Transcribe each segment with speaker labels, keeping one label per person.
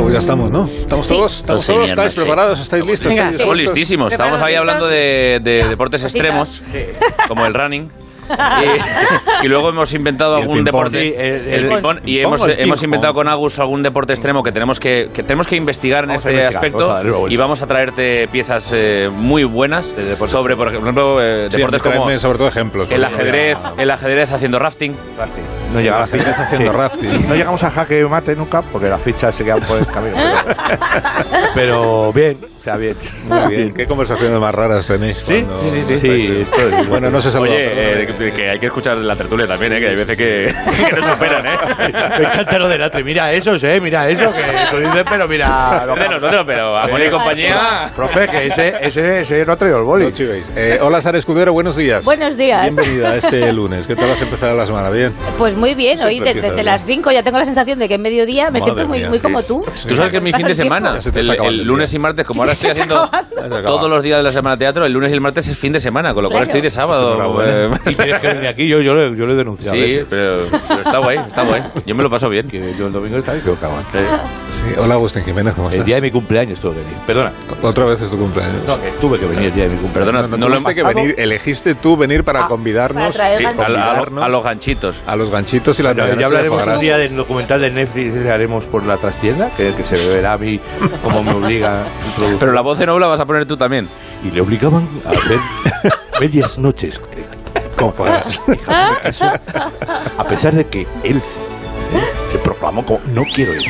Speaker 1: pues ya estamos, ¿no? ¿Estamos
Speaker 2: Sí.
Speaker 1: todos? ¿Estamos
Speaker 3: Pues sí,
Speaker 1: todos?
Speaker 3: bien,
Speaker 1: ¿Estáis
Speaker 3: sí.
Speaker 1: preparados? ¿Estáis listos?
Speaker 2: Venga,
Speaker 1: ¿Estáis
Speaker 2: sí.
Speaker 3: Estamos
Speaker 1: dispuestos?
Speaker 3: listísimos, estamos ahí hablando de, de deportes extremos, como el running. Y, y luego hemos
Speaker 4: Y
Speaker 3: inventado
Speaker 4: el
Speaker 3: algún
Speaker 4: ping-pong.
Speaker 3: deporte
Speaker 4: Sí, el- el
Speaker 3: el ping-pong, y
Speaker 4: ping-pong
Speaker 3: hemos,
Speaker 4: o el
Speaker 3: hemos
Speaker 4: ping-pong.
Speaker 3: inventado con Agus algún deporte extremo que tenemos que, que tenemos que investigar en
Speaker 4: Vamos a
Speaker 3: este
Speaker 4: investigar, vamos a darle una
Speaker 3: aspecto
Speaker 4: vuelta.
Speaker 3: y vamos a traerte piezas eh, muy buenas
Speaker 4: De deportes.
Speaker 3: sobre por ejemplo eh,
Speaker 1: Sí,
Speaker 3: deportes como
Speaker 1: traedme sobre todo ejemplos.
Speaker 3: el ajedrez el ajedrez haciendo rafting
Speaker 4: No
Speaker 1: El
Speaker 4: llegamos,
Speaker 1: ajedrez haciendo rafting.
Speaker 4: no llegamos a jaque mate nunca porque las fichas se quedan por el camino. Pero, pero bien, o sea, bien.
Speaker 1: Muy bien. ¿Qué conversaciones más raras tenéis?
Speaker 3: Sí,
Speaker 1: cuando-
Speaker 3: sí, sí, sí.
Speaker 4: Sí, esto es-
Speaker 1: Bueno, no se saluda.
Speaker 3: oye eh, que, que hay que escuchar la tertulia también eh, que hay veces que, que no superan eh
Speaker 4: Me encanta lo de Latre. Mira esos, eh. Mira eso que tú dices, pero mira.
Speaker 3: Es de nosotros pero
Speaker 4: Ah,
Speaker 3: a Moni y compañía
Speaker 4: Profe, que ese, ese, ese no ha traído el
Speaker 1: No
Speaker 4: boli.
Speaker 1: chivéis. Eh, hola, Sara Escudero, buenos días.
Speaker 2: Buenos días.
Speaker 1: Bienvenida a este lunes. ¿Qué tal has empezado la semana? ¿Bien?
Speaker 2: Pues muy bien,
Speaker 1: Siempre
Speaker 2: hoy de-
Speaker 1: empiezas
Speaker 2: desde
Speaker 1: bien.
Speaker 2: las 5 ya tengo la sensación de que en mediodía me
Speaker 1: Madre
Speaker 2: siento muy,
Speaker 1: mía,
Speaker 2: muy
Speaker 1: sí.
Speaker 2: como tú.
Speaker 1: Sí.
Speaker 3: Tú sabes que es mi
Speaker 2: Pasa
Speaker 3: fin de
Speaker 2: el tiempo.
Speaker 3: semana.
Speaker 1: Ya se te
Speaker 3: El,
Speaker 1: está acabando
Speaker 3: el
Speaker 1: el
Speaker 3: lunes
Speaker 1: día.
Speaker 3: y martes, como
Speaker 2: Se
Speaker 3: ahora
Speaker 2: te
Speaker 3: estoy
Speaker 2: está
Speaker 3: haciendo
Speaker 2: acabando.
Speaker 1: Ya se acaba.
Speaker 3: todos los días de la semana teatro, el lunes y el martes es fin de semana, con lo cual
Speaker 2: Claro.
Speaker 3: estoy de sábado.
Speaker 1: Enhorabuena.
Speaker 3: eh,
Speaker 4: Y tienes que venir aquí, yo, yo, le, yo le he denunciado.
Speaker 3: sí,
Speaker 4: ¿eh?
Speaker 3: pero, pero está guay, está guay. Yo me lo paso bien.
Speaker 4: Que yo el domingo estaba equivocado. ¿eh?
Speaker 3: Eh,
Speaker 1: Sí. Hola, Agustín Jiménez, ¿cómo
Speaker 4: El
Speaker 1: estás?
Speaker 4: día de mi cumpleaños tuve que venir. Perdona.
Speaker 1: Otra vez es tu cumpleaños.
Speaker 4: No, que tuve que venir el día de mi cumpleaños.
Speaker 3: Perdona, no,
Speaker 1: no,
Speaker 3: lo
Speaker 1: tuviste
Speaker 3: hemos
Speaker 1: que venir, elegiste tú venir para convidarnos,
Speaker 2: Ah, Para traer
Speaker 3: a, la- a lo-
Speaker 1: convidarnos
Speaker 3: a los ganchitos.
Speaker 1: a los ganchitos y las
Speaker 4: Bueno, ya
Speaker 1: medianoches de
Speaker 4: hablaremos un
Speaker 1: Fogarás.
Speaker 4: día del documental de Netflix que haremos por la trastienda, que es el que se beberá a mí como me obliga el productor.
Speaker 3: Pero la voz de Nobla vas a poner tú también.
Speaker 4: Y le obligaban a ver medias noches con Fogarás. Y jamás me casó, A pesar de que él se- él se proclamó como no quiero ir.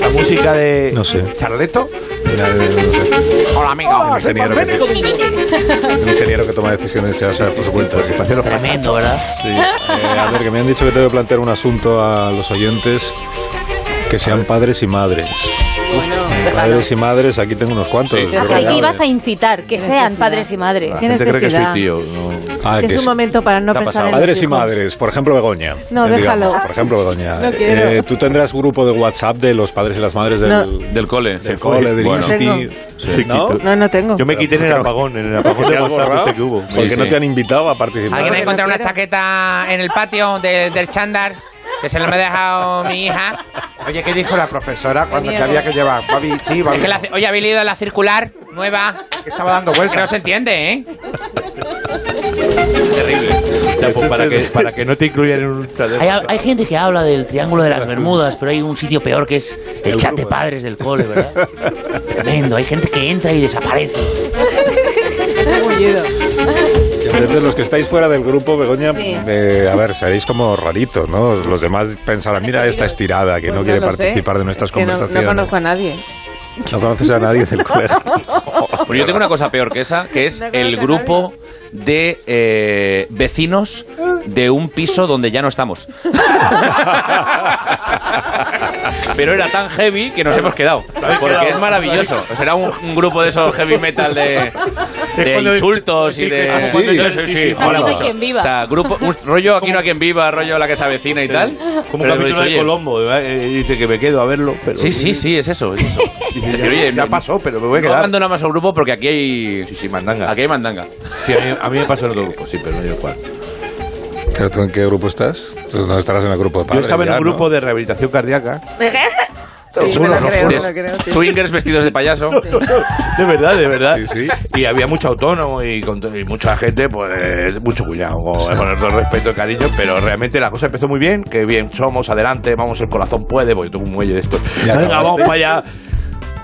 Speaker 4: La música de
Speaker 1: No sé.
Speaker 4: Charleto.
Speaker 1: Mira, eh, no sé.
Speaker 4: Hola amigo.
Speaker 3: Ah,
Speaker 1: El ingeniero, que, el ingeniero que toma decisiones se va a saber por supuesto.
Speaker 4: Pues,
Speaker 1: que-
Speaker 4: para hacer los
Speaker 5: Tremendo, ¿verdad?
Speaker 1: Sí. Eh, a ver, que me han dicho que tengo que plantear un asunto a los oyentes que sean padres y madres. Padres y madres, aquí tengo unos cuantos.
Speaker 3: Sí.
Speaker 1: Yo creo
Speaker 2: Aquí
Speaker 1: que-
Speaker 2: ibas a incitar que sean
Speaker 6: Necesidad.
Speaker 2: padres y madres.
Speaker 4: La
Speaker 6: Qué
Speaker 4: gente cree que soy
Speaker 6: necesidad.
Speaker 4: tío. no.
Speaker 1: Ah,
Speaker 6: Que
Speaker 1: que
Speaker 6: es
Speaker 1: sí.
Speaker 6: un momento para no
Speaker 3: ¿Te ha
Speaker 6: pensar
Speaker 3: pasado?
Speaker 6: en
Speaker 1: Padres
Speaker 6: los
Speaker 1: y
Speaker 6: hijos.
Speaker 1: madres, por ejemplo Begoña.
Speaker 6: No,
Speaker 1: eh, digamos,
Speaker 6: déjalo.
Speaker 1: por ejemplo Begoña.
Speaker 6: No
Speaker 1: Eh,
Speaker 6: quiero.
Speaker 1: Tú tendrás grupo de WhatsApp de los padres y las madres del,
Speaker 6: No.
Speaker 3: Del cole.
Speaker 1: del cole, del
Speaker 3: Bueno,
Speaker 6: Insti-
Speaker 1: insti.
Speaker 6: Tengo.
Speaker 1: Sí, ¿no?
Speaker 4: Sí,
Speaker 6: No, no tengo.
Speaker 4: Yo me quité en el apagón, en el apagón
Speaker 1: ¿Te
Speaker 4: de
Speaker 1: has
Speaker 4: WhatsApp
Speaker 1: borrado?
Speaker 4: ese que hubo.
Speaker 1: Porque
Speaker 3: Sí,
Speaker 1: no
Speaker 3: sí.
Speaker 1: te han invitado a participar.
Speaker 5: Alguien ha encontrado una
Speaker 6: quiero.
Speaker 5: chaqueta en el patio de- del chándar que se la me ha dejado mi hija.
Speaker 4: Oye, ¿qué dijo la profesora cuando
Speaker 6: te había
Speaker 4: que llevar? Babi, sí,
Speaker 5: Es que la, hoy había leído la circular nueva.
Speaker 4: estaba dando
Speaker 5: Que no se entiende, ¿eh?
Speaker 4: para, que, para que no te incluyan en un
Speaker 7: Hay,
Speaker 4: teléfono.
Speaker 7: hay gente que habla del Triángulo de las Bermudas, pero hay un sitio peor que es el chat de padres del cole, ¿verdad? Tremendo, hay gente que entra y desaparece.
Speaker 1: Entonces, los que estáis fuera del grupo, Begoña,
Speaker 2: Sí.
Speaker 1: eh, a ver, seréis como raritos, ¿no? Los demás pensarán, mira, esta estirada que
Speaker 6: Pues
Speaker 1: no quiere
Speaker 6: lo sé.
Speaker 1: participar de nuestras
Speaker 6: Es que no-
Speaker 1: conversaciones.
Speaker 6: No, conozco a nadie.
Speaker 1: No conoces a nadie del colegio.
Speaker 3: Bueno, yo tengo una cosa peor que esa, que es
Speaker 6: No conozco
Speaker 3: el
Speaker 6: a
Speaker 3: grupo de eh, vecinos de un piso donde ya no estamos. Pero era tan heavy que nos hemos quedado. Porque es maravilloso. O sea, era un, un grupo de esos heavy metal de, de
Speaker 4: cuando-
Speaker 3: insultos y de.
Speaker 4: Ah, sí.
Speaker 3: Sí, sí, sí,
Speaker 4: Aquí
Speaker 3: mola
Speaker 2: no hay
Speaker 3: mucho.
Speaker 2: quien viva.
Speaker 3: O sea, grupo, un rollo aquí no hay quien viva, rollo la que se avecina y tal.
Speaker 4: Como un
Speaker 3: Pero
Speaker 4: capítulo
Speaker 3: he dicho,
Speaker 4: de
Speaker 3: oye,
Speaker 4: Colombo, ¿verdad? Eh, dice que me quedo a verlo. Pero
Speaker 3: Sí, sí, sí, es eso. Es eso.
Speaker 4: Dice,
Speaker 3: Pero, oye,
Speaker 4: ya, ya
Speaker 3: no-
Speaker 4: pasó, pero me voy a
Speaker 3: No
Speaker 4: quedar.
Speaker 3: abandonamos al grupo porque aquí hay.
Speaker 4: Sí, sí, mandanga.
Speaker 3: Aquí hay mandanga.
Speaker 4: Sí, a, mí, a mí me pasó en otro grupo, sí, pero no yo cuál.
Speaker 1: ¿Pero tú en qué grupo estás? Tú no estarás en el grupo de
Speaker 4: Yo
Speaker 1: padres.
Speaker 4: estaba en
Speaker 1: ya,
Speaker 4: un grupo
Speaker 1: ¿no?
Speaker 4: de rehabilitación cardíaca.
Speaker 6: Sí, me lo creo, me lo creo, sí.
Speaker 3: Swingers vestidos de payaso.
Speaker 4: De verdad, de verdad.
Speaker 1: Sí, sí.
Speaker 4: Y había mucho autónomo y, con- y mucha gente, pues mucho cuñado, con, con todo el respeto y cariño, pero realmente la cosa empezó muy bien, que bien somos, adelante, vamos, el corazón puede, porque tuvo un muelle de estos.
Speaker 1: Ya
Speaker 4: Venga,
Speaker 1: acabaste.
Speaker 4: vamos para allá.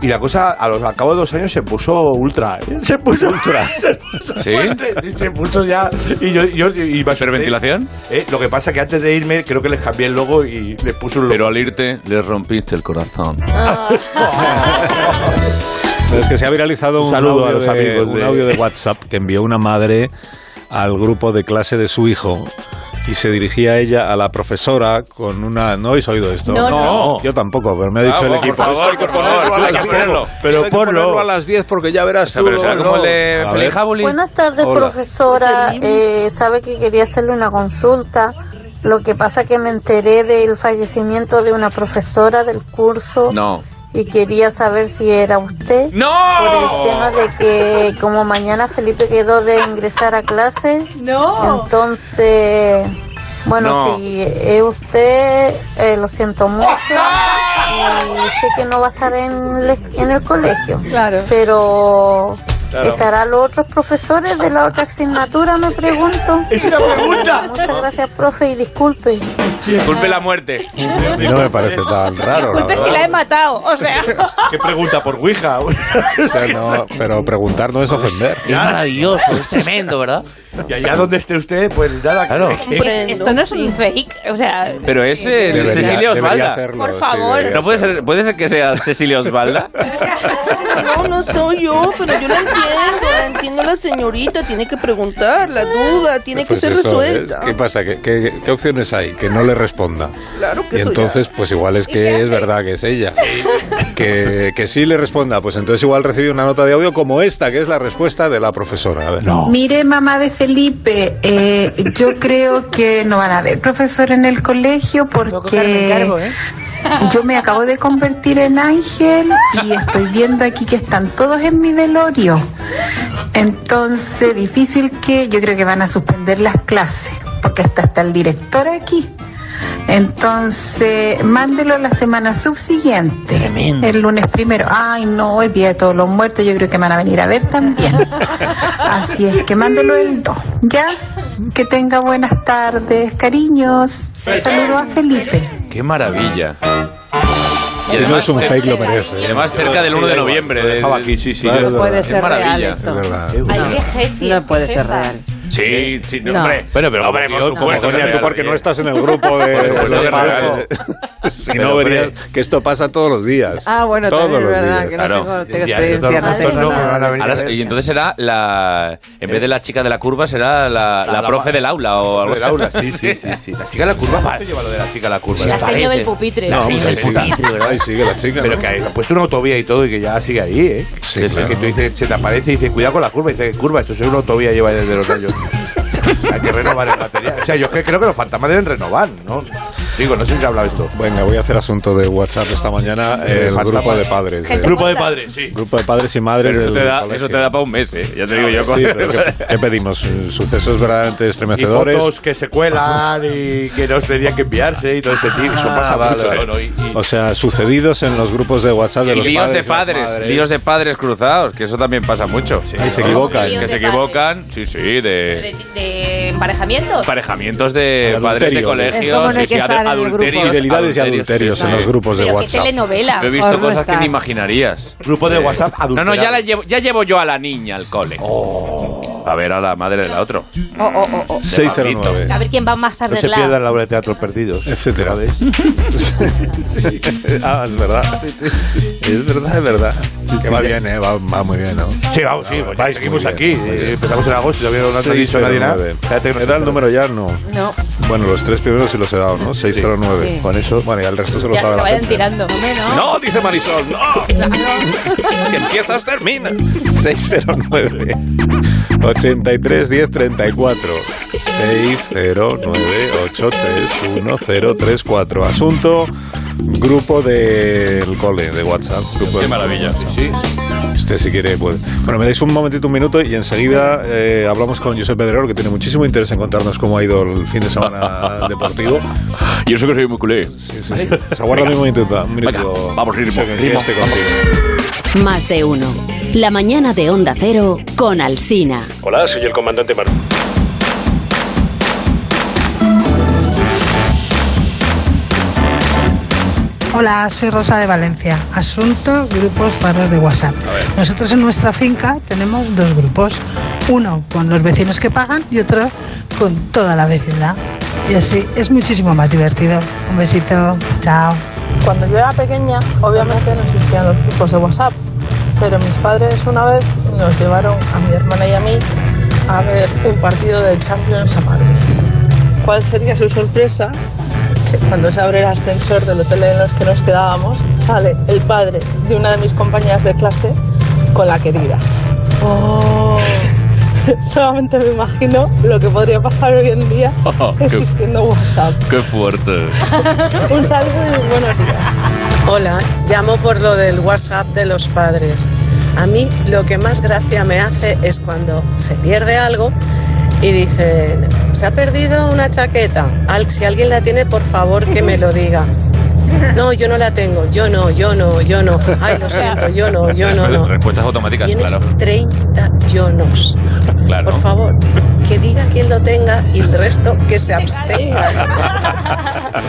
Speaker 4: Y la cosa, a los al cabo de dos años, se puso ultra. ¿eh? Se puso ultra. se puso
Speaker 3: ¿Sí?
Speaker 4: fuerte, y se puso ya. Y yo, yo y me asusté.
Speaker 3: ¿Hiperventilación?
Speaker 4: Eh, lo que pasa que antes de irme, creo que les cambié el logo y les puse un logo.
Speaker 3: Pero al irte, les rompiste el corazón.
Speaker 1: Pero Es que se ha viralizado
Speaker 4: Un
Speaker 1: un,
Speaker 4: saludo
Speaker 1: audio,
Speaker 4: a los
Speaker 1: de,
Speaker 4: amigos
Speaker 1: un
Speaker 4: de-
Speaker 1: audio de WhatsApp que envió una madre al grupo de clase de su hijo y se dirigía a ella, a la profesora, con una... ¿No habéis oído esto?
Speaker 2: No,
Speaker 3: no.
Speaker 1: Yo tampoco, pero me ha dicho el
Speaker 3: Vamos,
Speaker 1: equipo.
Speaker 3: por favor,
Speaker 1: "Esto hay que
Speaker 3: por favor,
Speaker 1: ponerlo a las
Speaker 3: hay que
Speaker 1: 10".
Speaker 3: ponerlo.
Speaker 1: Pero
Speaker 3: Esto hay que
Speaker 1: ponlo.
Speaker 3: ponerlo a
Speaker 1: las 10 porque ya verás
Speaker 3: Pero será como el de
Speaker 1: A ver.
Speaker 3: Felijábuli.
Speaker 8: Buenas tardes,
Speaker 1: Hola.
Speaker 8: profesora. Eh, sabe que quería hacerle una consulta. Lo que pasa que me enteré del fallecimiento de una profesora del curso
Speaker 3: No.
Speaker 8: y quería saber si era usted. Por el tema
Speaker 3: ¡No!
Speaker 8: de que como mañana Felipe quedó de ingresar a clase,
Speaker 2: No.
Speaker 8: entonces, bueno,
Speaker 3: No.
Speaker 8: si es usted, eh, lo siento mucho. Y sé que no va a estar en, le- en el colegio.
Speaker 6: Claro.
Speaker 8: Pero ¿estarán los otros profesores de la otra asignatura? Me pregunto. Es una pregunta. Muchas gracias, profe, y disculpe.
Speaker 3: Disculpe la muerte.
Speaker 1: No me parece tan raro, la
Speaker 2: Disculpe si la he
Speaker 1: verdad.
Speaker 2: matado. O sea,
Speaker 4: ¿Qué pregunta por Ouija?
Speaker 1: O sea, no, pero preguntar no es ofender.
Speaker 7: Es maravilloso, es tremendo, ¿verdad?
Speaker 4: y allá donde esté usted, pues nada.
Speaker 7: Claro.
Speaker 6: Comprendo.
Speaker 2: esto no es un fake. O sea,
Speaker 3: Pero es eh,
Speaker 1: Debería-
Speaker 3: Cecilia
Speaker 1: debería
Speaker 3: Osvalda.
Speaker 1: serlo,
Speaker 2: Por
Speaker 1: sí,
Speaker 2: favor.
Speaker 1: debería
Speaker 3: ¿No puede
Speaker 1: serlo.
Speaker 3: ser, puede ser que sea Cecilia Osvalda?
Speaker 6: No, no soy yo, pero yo la entiendo, la entiendo la señorita, tiene que preguntar, la duda tiene
Speaker 1: Pues
Speaker 6: que ser
Speaker 1: eso es.
Speaker 6: resuelta.
Speaker 1: ¿Qué pasa? ¿Qué, qué, qué opciones hay? Que no le responda.
Speaker 6: Claro que
Speaker 1: Y
Speaker 6: soy
Speaker 1: entonces, pues igual es
Speaker 2: ¿Y qué
Speaker 1: que es
Speaker 2: hace?
Speaker 1: verdad que es ella. Que, que sí le responda, pues entonces igual recibe una nota de audio como esta, que es la respuesta de la profesora. A ver.
Speaker 4: No.
Speaker 9: Mire, mamá de Felipe, eh, yo creo que no van a haber profesor en el colegio
Speaker 5: Tampoco Carmen Carbo,
Speaker 9: porque
Speaker 5: ¿eh?
Speaker 9: yo me acabo de convertir en ángel y estoy viendo aquí que están todos en mi velorio. Entonces, difícil que yo creo que van a suspender las clases porque está hasta el director aquí. Entonces, mándelo la semana subsiguiente.
Speaker 7: Tremendo.
Speaker 9: El lunes primero. Ay, no, es día de todos los muertos. Yo creo que me van a venir a ver también. Así es que mándelo el 2. Ya, que tenga buenas tardes, cariños. Saludos a Felipe.
Speaker 3: ¡Qué maravilla!
Speaker 1: Si no es un fake, lo merece. ¿eh?
Speaker 3: Y además cerca del 1 de noviembre.
Speaker 4: Lo
Speaker 3: de-
Speaker 4: dejaba aquí, sí, sí.
Speaker 1: Claro,
Speaker 4: yo-
Speaker 1: claro.
Speaker 6: No puede
Speaker 1: Es
Speaker 6: ser real
Speaker 3: maravilla,
Speaker 1: Es
Speaker 6: esto.
Speaker 1: verdad.
Speaker 3: eh,
Speaker 2: ay, qué jefe.
Speaker 6: No puede ser
Speaker 2: jefa.
Speaker 6: real.
Speaker 3: Sí, sí, no,
Speaker 6: No.
Speaker 3: hombre.
Speaker 4: Bueno, pero
Speaker 3: hombre, por
Speaker 4: yo, como
Speaker 3: supuesto. eh,
Speaker 4: coña,
Speaker 3: que
Speaker 1: tú
Speaker 3: es
Speaker 1: porque
Speaker 3: real.
Speaker 1: no estás en el grupo de...
Speaker 4: Por supuesto
Speaker 1: de
Speaker 4: que es real.
Speaker 1: Paco. si
Speaker 4: Pero,
Speaker 1: no,
Speaker 4: hombre.
Speaker 1: verías que esto pasa todos los días.
Speaker 6: Ah, bueno,
Speaker 1: todos
Speaker 6: también es
Speaker 1: los
Speaker 6: verdad
Speaker 1: días.
Speaker 6: que no
Speaker 3: claro.
Speaker 6: tengo tengo
Speaker 4: Ya,
Speaker 6: experiencia.
Speaker 4: doctor,
Speaker 6: no tengo
Speaker 4: doctor, no,
Speaker 6: nada.
Speaker 4: me van a venir a
Speaker 3: Ahora,
Speaker 4: ver.
Speaker 3: y entonces será la. En vez de la chica de la curva, será la, la profe del aula o algo
Speaker 4: Del aula, sí, sí, sí, sí. La chica de la curva, ¿cuánto lleva lo de la chica de la curva?
Speaker 7: Sí,
Speaker 2: La seño del
Speaker 7: Parece.
Speaker 2: pupitre.
Speaker 1: No, Ah,
Speaker 7: Sí,
Speaker 1: vamos,
Speaker 7: el
Speaker 1: ahí sigue.
Speaker 7: pupitre, ¿verdad?
Speaker 1: Ahí sigue la chica.
Speaker 4: Pero
Speaker 1: ¿no?
Speaker 4: que ha puesto una autovía y todo y que ya sigue ahí, ¿eh?
Speaker 1: Sí,
Speaker 4: que,
Speaker 1: claro.
Speaker 4: que tú dices, se te aparece y dice, cuidado con la curva. Y dice, curva, esto es una autovía lleva desde los años. Hay que renovar el material. O sea, yo es que creo que los fantasmas deben renovar, ¿no? Digo, no sé si se ha hablado esto.
Speaker 1: Venga, voy a hacer asunto de WhatsApp esta mañana. El
Speaker 4: Fantasma.
Speaker 1: grupo de padres.
Speaker 2: Gente
Speaker 1: del-
Speaker 2: Grupo de
Speaker 4: padres, sí.
Speaker 1: grupo de padres y madres
Speaker 3: Pero eso
Speaker 1: del
Speaker 3: te, da,
Speaker 1: colegio.
Speaker 3: eso te da para un mes, eh. Ya te digo yo.
Speaker 1: Sí,
Speaker 3: con-
Speaker 1: pero ¿qué, qué pedimos? Eh, Sucesos verdaderamente
Speaker 4: Y
Speaker 1: estremecedores.
Speaker 4: fotos que se cuelan y que no tenían que enviarse y todo ese tipo. Eso pasa
Speaker 3: vale,
Speaker 4: mucho,
Speaker 3: vale.
Speaker 4: ¿no? Y- y-
Speaker 1: O sea, sucedidos en los grupos de WhatsApp de
Speaker 3: Y
Speaker 1: los
Speaker 3: líos de
Speaker 1: padres.
Speaker 3: padres, líos de padres cruzados, que eso también pasa mucho.
Speaker 1: Ahí se equivocan.
Speaker 2: Líos
Speaker 3: Que
Speaker 2: de
Speaker 3: se
Speaker 2: padres.
Speaker 3: equivocan, sí, sí, de
Speaker 2: De, de emparejamientos.
Speaker 3: emparejamientos de
Speaker 1: Adulterio.
Speaker 3: padres de
Speaker 1: Es
Speaker 6: como
Speaker 3: colegios,
Speaker 6: no hay
Speaker 3: sí, sí,
Speaker 6: que estar en el
Speaker 3: adulterios.
Speaker 6: grupo.
Speaker 1: Fidelidades y
Speaker 3: adulterios, sí,
Speaker 1: adulterios
Speaker 3: sí.
Speaker 1: en los grupos de
Speaker 2: Pero qué
Speaker 1: WhatsApp.
Speaker 2: telenovela.
Speaker 3: Yo he visto
Speaker 6: Horror
Speaker 3: cosas que
Speaker 6: está.
Speaker 3: ni imaginarías.
Speaker 4: Grupo de WhatsApp
Speaker 3: No, no, ya, la
Speaker 4: adulterado.
Speaker 3: llevo, ya llevo yo a la niña al cole.
Speaker 1: Oh.
Speaker 3: A ver a la madre de la otra.
Speaker 6: Oh, oh, oh, oh.
Speaker 1: 609.
Speaker 2: A ver quién va más
Speaker 4: No se
Speaker 2: arreglado.
Speaker 4: pierdan la obra de teatro perdidos.
Speaker 1: Etcétera.
Speaker 4: ¿Sabes?
Speaker 1: Sí. Ah, es verdad. Sí, sí, sí. Es verdad, es verdad. que va bien, eh, va, va muy bien, ¿no?
Speaker 4: Sí, vamos, sí, pues ya
Speaker 1: Vais
Speaker 4: seguimos
Speaker 1: muy
Speaker 4: aquí.
Speaker 1: bien, muy
Speaker 4: Eh,
Speaker 1: bien.
Speaker 4: empezamos en agosto, todavía no nos ha dicho nadie nada.
Speaker 1: 609.
Speaker 4: Fíjate que
Speaker 1: ¿Me da el número ya? No.
Speaker 6: No,
Speaker 1: Bueno, los tres primeros se los he dado, ¿no? 609.
Speaker 6: Sí.
Speaker 1: Con eso. Bueno, y al resto se los
Speaker 2: Ya
Speaker 1: sabe
Speaker 2: se
Speaker 1: la
Speaker 2: vayan
Speaker 1: gente.
Speaker 2: tirando.
Speaker 1: No, dice Marisol, no. Si empiezas, termina. 609 83 10 34 609 831034 Asunto Grupo del cole de WhatsApp. Grupo Qué maravilla. Sí, Usted si quiere puede. Bueno, me dais un momentito, un minuto y enseguida eh, hablamos con Josep Pedrero, que tiene muchísimo interés en contarnos cómo ha ido el fin de semana deportivo.
Speaker 3: Yo sé que soy muy culé.
Speaker 1: Sí, sí, sí. O sea, guarda un minuto. Un minuto.
Speaker 3: Venga, vamos, ritmo,
Speaker 1: Josep, que
Speaker 3: ritmo,
Speaker 1: esté
Speaker 3: este vamos.
Speaker 1: contigo.
Speaker 10: Más de uno. La mañana de Onda Cero con Alsina.
Speaker 11: Hola, soy el comandante Maru.
Speaker 9: Hola, soy Rosa de Valencia. Asunto, grupos raros de WhatsApp. Nosotros en nuestra finca tenemos dos grupos. Uno con los vecinos que pagan y otro con toda la vecindad. Y así es muchísimo más divertido. Un besito. Chao.
Speaker 8: Cuando yo era pequeña, obviamente no existían los grupos de WhatsApp, pero mis padres una vez nos llevaron a mi hermana y a mí a ver un partido de Champions a Madrid.
Speaker 11: cuál sería su sorpresa que cuando se abre el ascensor del hotel en los que nos quedábamos sale el padre de una de mis compañeras de clase con la querida.
Speaker 3: Oh.
Speaker 11: Solamente me imagino lo que podría pasar hoy en día
Speaker 3: Oh, qué-
Speaker 11: existiendo WhatsApp.
Speaker 3: Qué fuerte.
Speaker 11: Un saludo y buenos días. Hola, llamo por lo del WhatsApp de los padres. A mí lo que más gracia me hace es cuando se pierde algo y dicen, se ha perdido una chaqueta. Al- si alguien la tiene, por favor que me lo diga. No, yo no la tengo, yo no, yo no, yo no. Ay, lo siento, yo no, yo no, no.
Speaker 3: Respuestas automáticas,
Speaker 11: Tienes
Speaker 3: claro.
Speaker 11: 30 yo nos.
Speaker 3: Claro.
Speaker 11: Por favor, que diga quien lo tenga y el resto que se abstenga.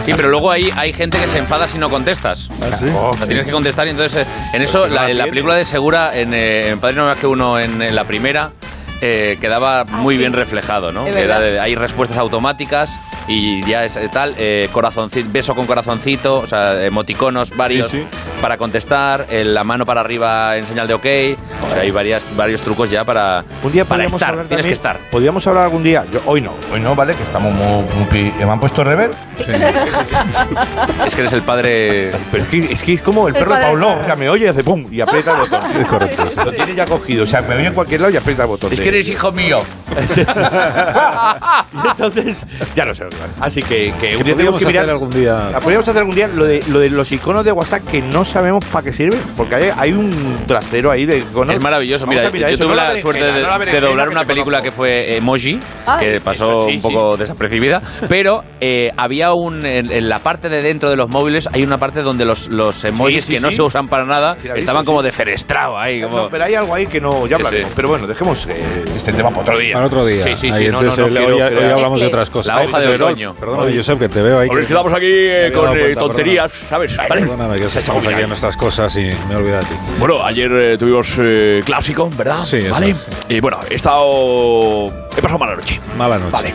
Speaker 3: Sí, pero luego hay, hay gente que se enfada si no contestas.
Speaker 4: Ah,
Speaker 3: O sea, tienes que contestar y entonces eh, en eso,
Speaker 4: Oh, si no
Speaker 3: la-
Speaker 4: la
Speaker 3: en la
Speaker 4: tienes.
Speaker 3: película de Segura, en, eh, en Padre no hay más que uno, en, en la primera, eh, quedaba muy bien reflejado, ¿no?
Speaker 4: Ah, Es
Speaker 3: Era
Speaker 4: verdad.
Speaker 3: de- hay respuestas automáticas y ya es eh, tal, eh, corazoncito, beso con corazoncito, o sea, emoticonos varios
Speaker 4: Sí, sí.
Speaker 3: para contestar, eh, la mano para arriba en señal de ok, o sea, hay varias, varios trucos ya para,
Speaker 4: Un día
Speaker 3: para
Speaker 4: podríamos
Speaker 3: estar,
Speaker 4: hablar
Speaker 3: tienes
Speaker 4: también-
Speaker 3: que estar.
Speaker 4: Podríamos hablar algún día. Yo, hoy no, hoy no, ¿vale? Que estamos muy. muy pi- ¿Me han puesto rever?
Speaker 3: Es que eres el padre...
Speaker 4: Pero es que es, que es como el
Speaker 3: El
Speaker 4: perro de
Speaker 3: padre
Speaker 4: Paulón.
Speaker 3: Paulón.
Speaker 4: O sea, me oye, hace pum y aprieta el botón. Lo tiene ya cogido. O sea, me oye en cualquier lado y aprieta el botón.
Speaker 3: Es
Speaker 4: de-
Speaker 3: que eres hijo mío. Ah,
Speaker 4: Y entonces, ya lo sé. Iván. Así que, que un día tenemos
Speaker 1: podríamos
Speaker 4: que mirar.
Speaker 1: hacer algún día.
Speaker 4: Ah, Podríamos hacer algún día lo de, lo de los iconos de WhatsApp que no sabemos para qué sirven. Porque hay, hay un trastero ahí de iconos.
Speaker 3: Es maravilloso,
Speaker 4: Vamos
Speaker 3: mira,
Speaker 4: a mirar
Speaker 3: yo
Speaker 4: eso.
Speaker 3: tuve
Speaker 4: No
Speaker 3: la,
Speaker 4: berenjena,
Speaker 3: suerte
Speaker 4: no
Speaker 3: de,
Speaker 4: la
Speaker 3: de
Speaker 4: berenjena,
Speaker 3: doblar
Speaker 4: que
Speaker 3: una
Speaker 4: te
Speaker 3: película que fue eh, Emoji,
Speaker 4: Ay.
Speaker 3: que pasó
Speaker 4: Eso sí,
Speaker 3: un poco desapercibida, pero eh, había un, en, en la parte de dentro de los móviles hay una parte donde los, los emojis
Speaker 4: sí,
Speaker 3: que no
Speaker 4: sí.
Speaker 3: se usan para nada
Speaker 4: la he
Speaker 3: estaban
Speaker 4: visto,
Speaker 3: como de ferestrado ahí.
Speaker 4: No,
Speaker 3: Como...
Speaker 4: pero hay algo ahí que no. Ya
Speaker 3: Sí,
Speaker 4: hablaremos.
Speaker 3: sí.
Speaker 4: Pero bueno, dejemos eh, este tema para otro día.
Speaker 1: Para otro día.
Speaker 4: Sí, sí,
Speaker 1: Ahí,
Speaker 4: sí. no,
Speaker 1: entonces,
Speaker 4: no, no
Speaker 1: hoy-
Speaker 4: quiero-
Speaker 1: hoy, hoy
Speaker 4: quiero-
Speaker 1: hablamos de otras cosas.
Speaker 3: La hoja de
Speaker 1: Perdón,
Speaker 3: Oroño.
Speaker 1: Perdona, Josep, que te veo ahí.
Speaker 3: A ver,
Speaker 1: que-
Speaker 3: quedamos aquí, eh,
Speaker 1: me he dado
Speaker 3: con, eh,
Speaker 1: cuenta,
Speaker 3: tonterías,
Speaker 1: perdona.
Speaker 3: ¿sabes?
Speaker 1: Ay,
Speaker 3: ¿Vale?
Speaker 1: Perdóname, que
Speaker 3: Se ha hecho
Speaker 1: estamos aquí
Speaker 3: viral.
Speaker 1: en nuestras cosas y me he olvidado de ti.
Speaker 3: Bueno, ayer eh, tuvimos eh, clásico, ¿verdad?
Speaker 1: Sí, eso
Speaker 3: ¿Vale?
Speaker 1: es,
Speaker 3: Y bueno, he estado. He pasado mala noche.
Speaker 1: Mala noche.
Speaker 3: Vale.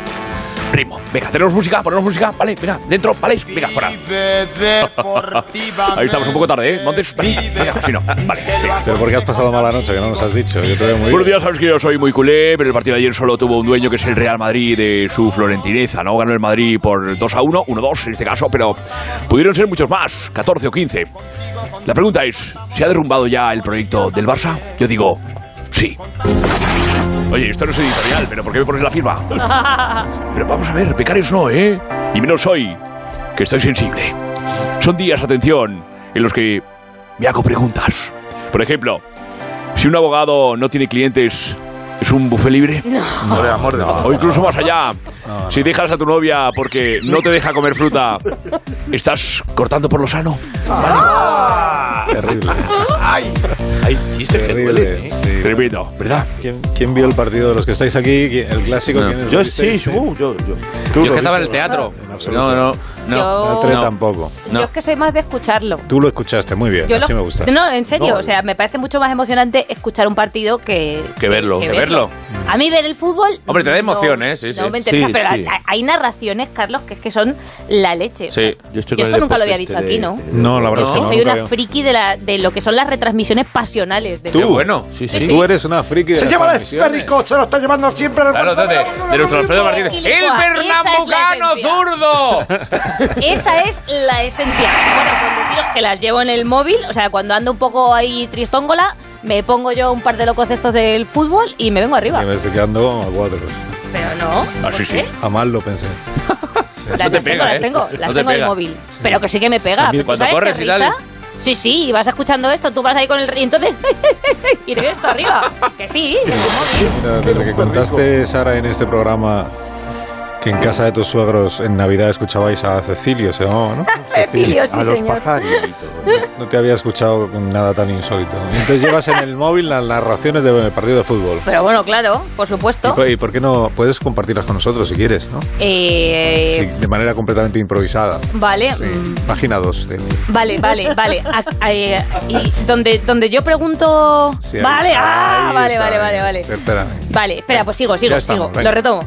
Speaker 3: Ritmo. Venga, tenemos música, ponemos música, ¿vale? Venga, dentro, ¿vale? Venga, fuera.
Speaker 4: este-
Speaker 3: Ahí estamos un poco tarde, ¿eh? Montes, vale, venga, si no, vale. venga.
Speaker 1: Pero ¿por qué has pasado mala noche? Que no nos has dicho. Yo te veo muy bien.
Speaker 3: Buenos días, sabes que yo soy muy culé, pero el partido de ayer solo tuvo un dueño que es el Real Madrid de su florentineza, ¿no? Ganó el Madrid por 2 a 1, 1 a 2 en este caso, pero pudieron ser muchos más, 14 o 15. La pregunta es, ¿se ha derrumbado ya el proyecto del Barça? Yo digo, sí. Oye, esto no es editorial, pero ¿por qué me pones la firma? Pero vamos a ver, becarios no, ¿eh? Y menos hoy, que estoy sensible. Son días, atención, en los que me hago preguntas. Por ejemplo, si un abogado no tiene clientes, ¿es un buffet libre?
Speaker 4: No, de amor, de amor.
Speaker 3: O incluso más allá, si dejas a tu novia porque no te deja comer fruta, ¿estás cortando por lo sano?
Speaker 1: Terrible.
Speaker 4: Ay, ay, chistes que duelen,
Speaker 1: Terrible.
Speaker 4: ¿eh?
Speaker 1: sí.
Speaker 3: Tremendo, ¿verdad?
Speaker 1: ¿Quién, quién vio el partido de los que estáis aquí? ¿Qui- ¿El clásico?
Speaker 3: No.
Speaker 1: ¿Quiénes lo
Speaker 4: Yo sí,
Speaker 1: visteis?
Speaker 4: uh, yo, yo.
Speaker 1: Tú
Speaker 3: Yo
Speaker 1: lo
Speaker 3: que estaba en el
Speaker 1: viste,
Speaker 3: teatro.
Speaker 1: ¿verdad? En absoluto.
Speaker 3: No, no, no.
Speaker 1: No,
Speaker 2: Yo-
Speaker 1: tres
Speaker 3: No.
Speaker 1: tampoco.
Speaker 2: Yo es que soy más de escucharlo.
Speaker 1: Tú lo escuchaste muy bien,
Speaker 2: Yo
Speaker 1: así
Speaker 2: lo-
Speaker 1: me gusta.
Speaker 2: No, en serio,
Speaker 1: No.
Speaker 2: o sea, me parece mucho más emocionante escuchar un partido que...
Speaker 4: Que verlo.
Speaker 2: que verlo. A mí ver el fútbol...
Speaker 3: Hombre, te da
Speaker 2: no-
Speaker 3: emoción, ¿eh? Sí,
Speaker 2: No
Speaker 3: sí.
Speaker 2: me interesa,
Speaker 3: Sí,
Speaker 2: pero
Speaker 3: sí.
Speaker 2: hay- hay narraciones, Carlos, que es que son la leche. O sea,
Speaker 3: Sí, yo
Speaker 2: Yo esto nunca lo había dicho aquí, ¿no?
Speaker 1: No, la verdad es que no.
Speaker 2: soy
Speaker 1: nunca
Speaker 2: una
Speaker 1: había-
Speaker 2: friki de, la, de lo que son las retransmisiones pasionales. De
Speaker 1: Tú,
Speaker 3: bueno.
Speaker 1: Sí, sí. Tú eres una friki de
Speaker 4: Se
Speaker 1: las
Speaker 4: lleva la
Speaker 1: transmisiones.
Speaker 4: Ferrico, se lo está llevando siempre al
Speaker 3: Claro,
Speaker 4: Barcelona.
Speaker 3: entonces, de nuestro Alfredo Martínez.
Speaker 2: ¡El
Speaker 3: ¡El
Speaker 2: pernambucano
Speaker 3: pernambucano zurdo!
Speaker 2: Esa es la esencia. Bueno, pues deciros que las llevo en el móvil, o sea, cuando ando un poco ahí tristóngola, me pongo yo un par de locos de estos del fútbol y me vengo arriba.
Speaker 1: Que me Ah, estoy quedando a cuatro.
Speaker 2: Pero no. ¿por qué?
Speaker 1: A mal lo pensé.
Speaker 2: Las,
Speaker 3: te
Speaker 2: las tengo,
Speaker 3: pega,
Speaker 2: las
Speaker 3: ¿eh?
Speaker 2: tengo,
Speaker 3: No
Speaker 2: las
Speaker 3: te
Speaker 2: tengo en el
Speaker 3: pega.
Speaker 2: móvil. Pero que sí que me pega.
Speaker 3: También
Speaker 2: ¿Tú
Speaker 3: cuando
Speaker 2: sabes qué
Speaker 3: corres y tal.
Speaker 2: risa? Sí, sí, y vas escuchando esto, tú vas ahí con el... Y entonces... y te vienes tú arriba. Que sí, que sí.
Speaker 1: Mira, desde que contaste, Sara, en este programa que en casa de tus suegros en Navidad escuchabais a Cecilio, se llamaba, ¿no?
Speaker 2: Cecilio, sí,
Speaker 1: a los
Speaker 2: señor.
Speaker 1: pajaritos. No te había escuchado con nada tan insólito. Entonces llevas en el móvil las narraciones del partido de fútbol.
Speaker 2: Pero bueno, claro, por supuesto.
Speaker 1: ¿Y por qué no puedes compartirlas con nosotros si quieres, no?
Speaker 2: Eh,
Speaker 1: Sí, de manera completamente improvisada.
Speaker 2: Vale,
Speaker 1: Sí.
Speaker 2: mm,
Speaker 1: Página 2.
Speaker 2: Vale, vale, vale. A- a- eh, y donde, donde yo pregunto. vale, ah, vale, vale, vale, vale.
Speaker 1: Espera.
Speaker 2: Vale, espera, pues sigo, sigo,
Speaker 1: Ya estamos,
Speaker 2: sigo.
Speaker 1: venga.
Speaker 2: Lo retomo.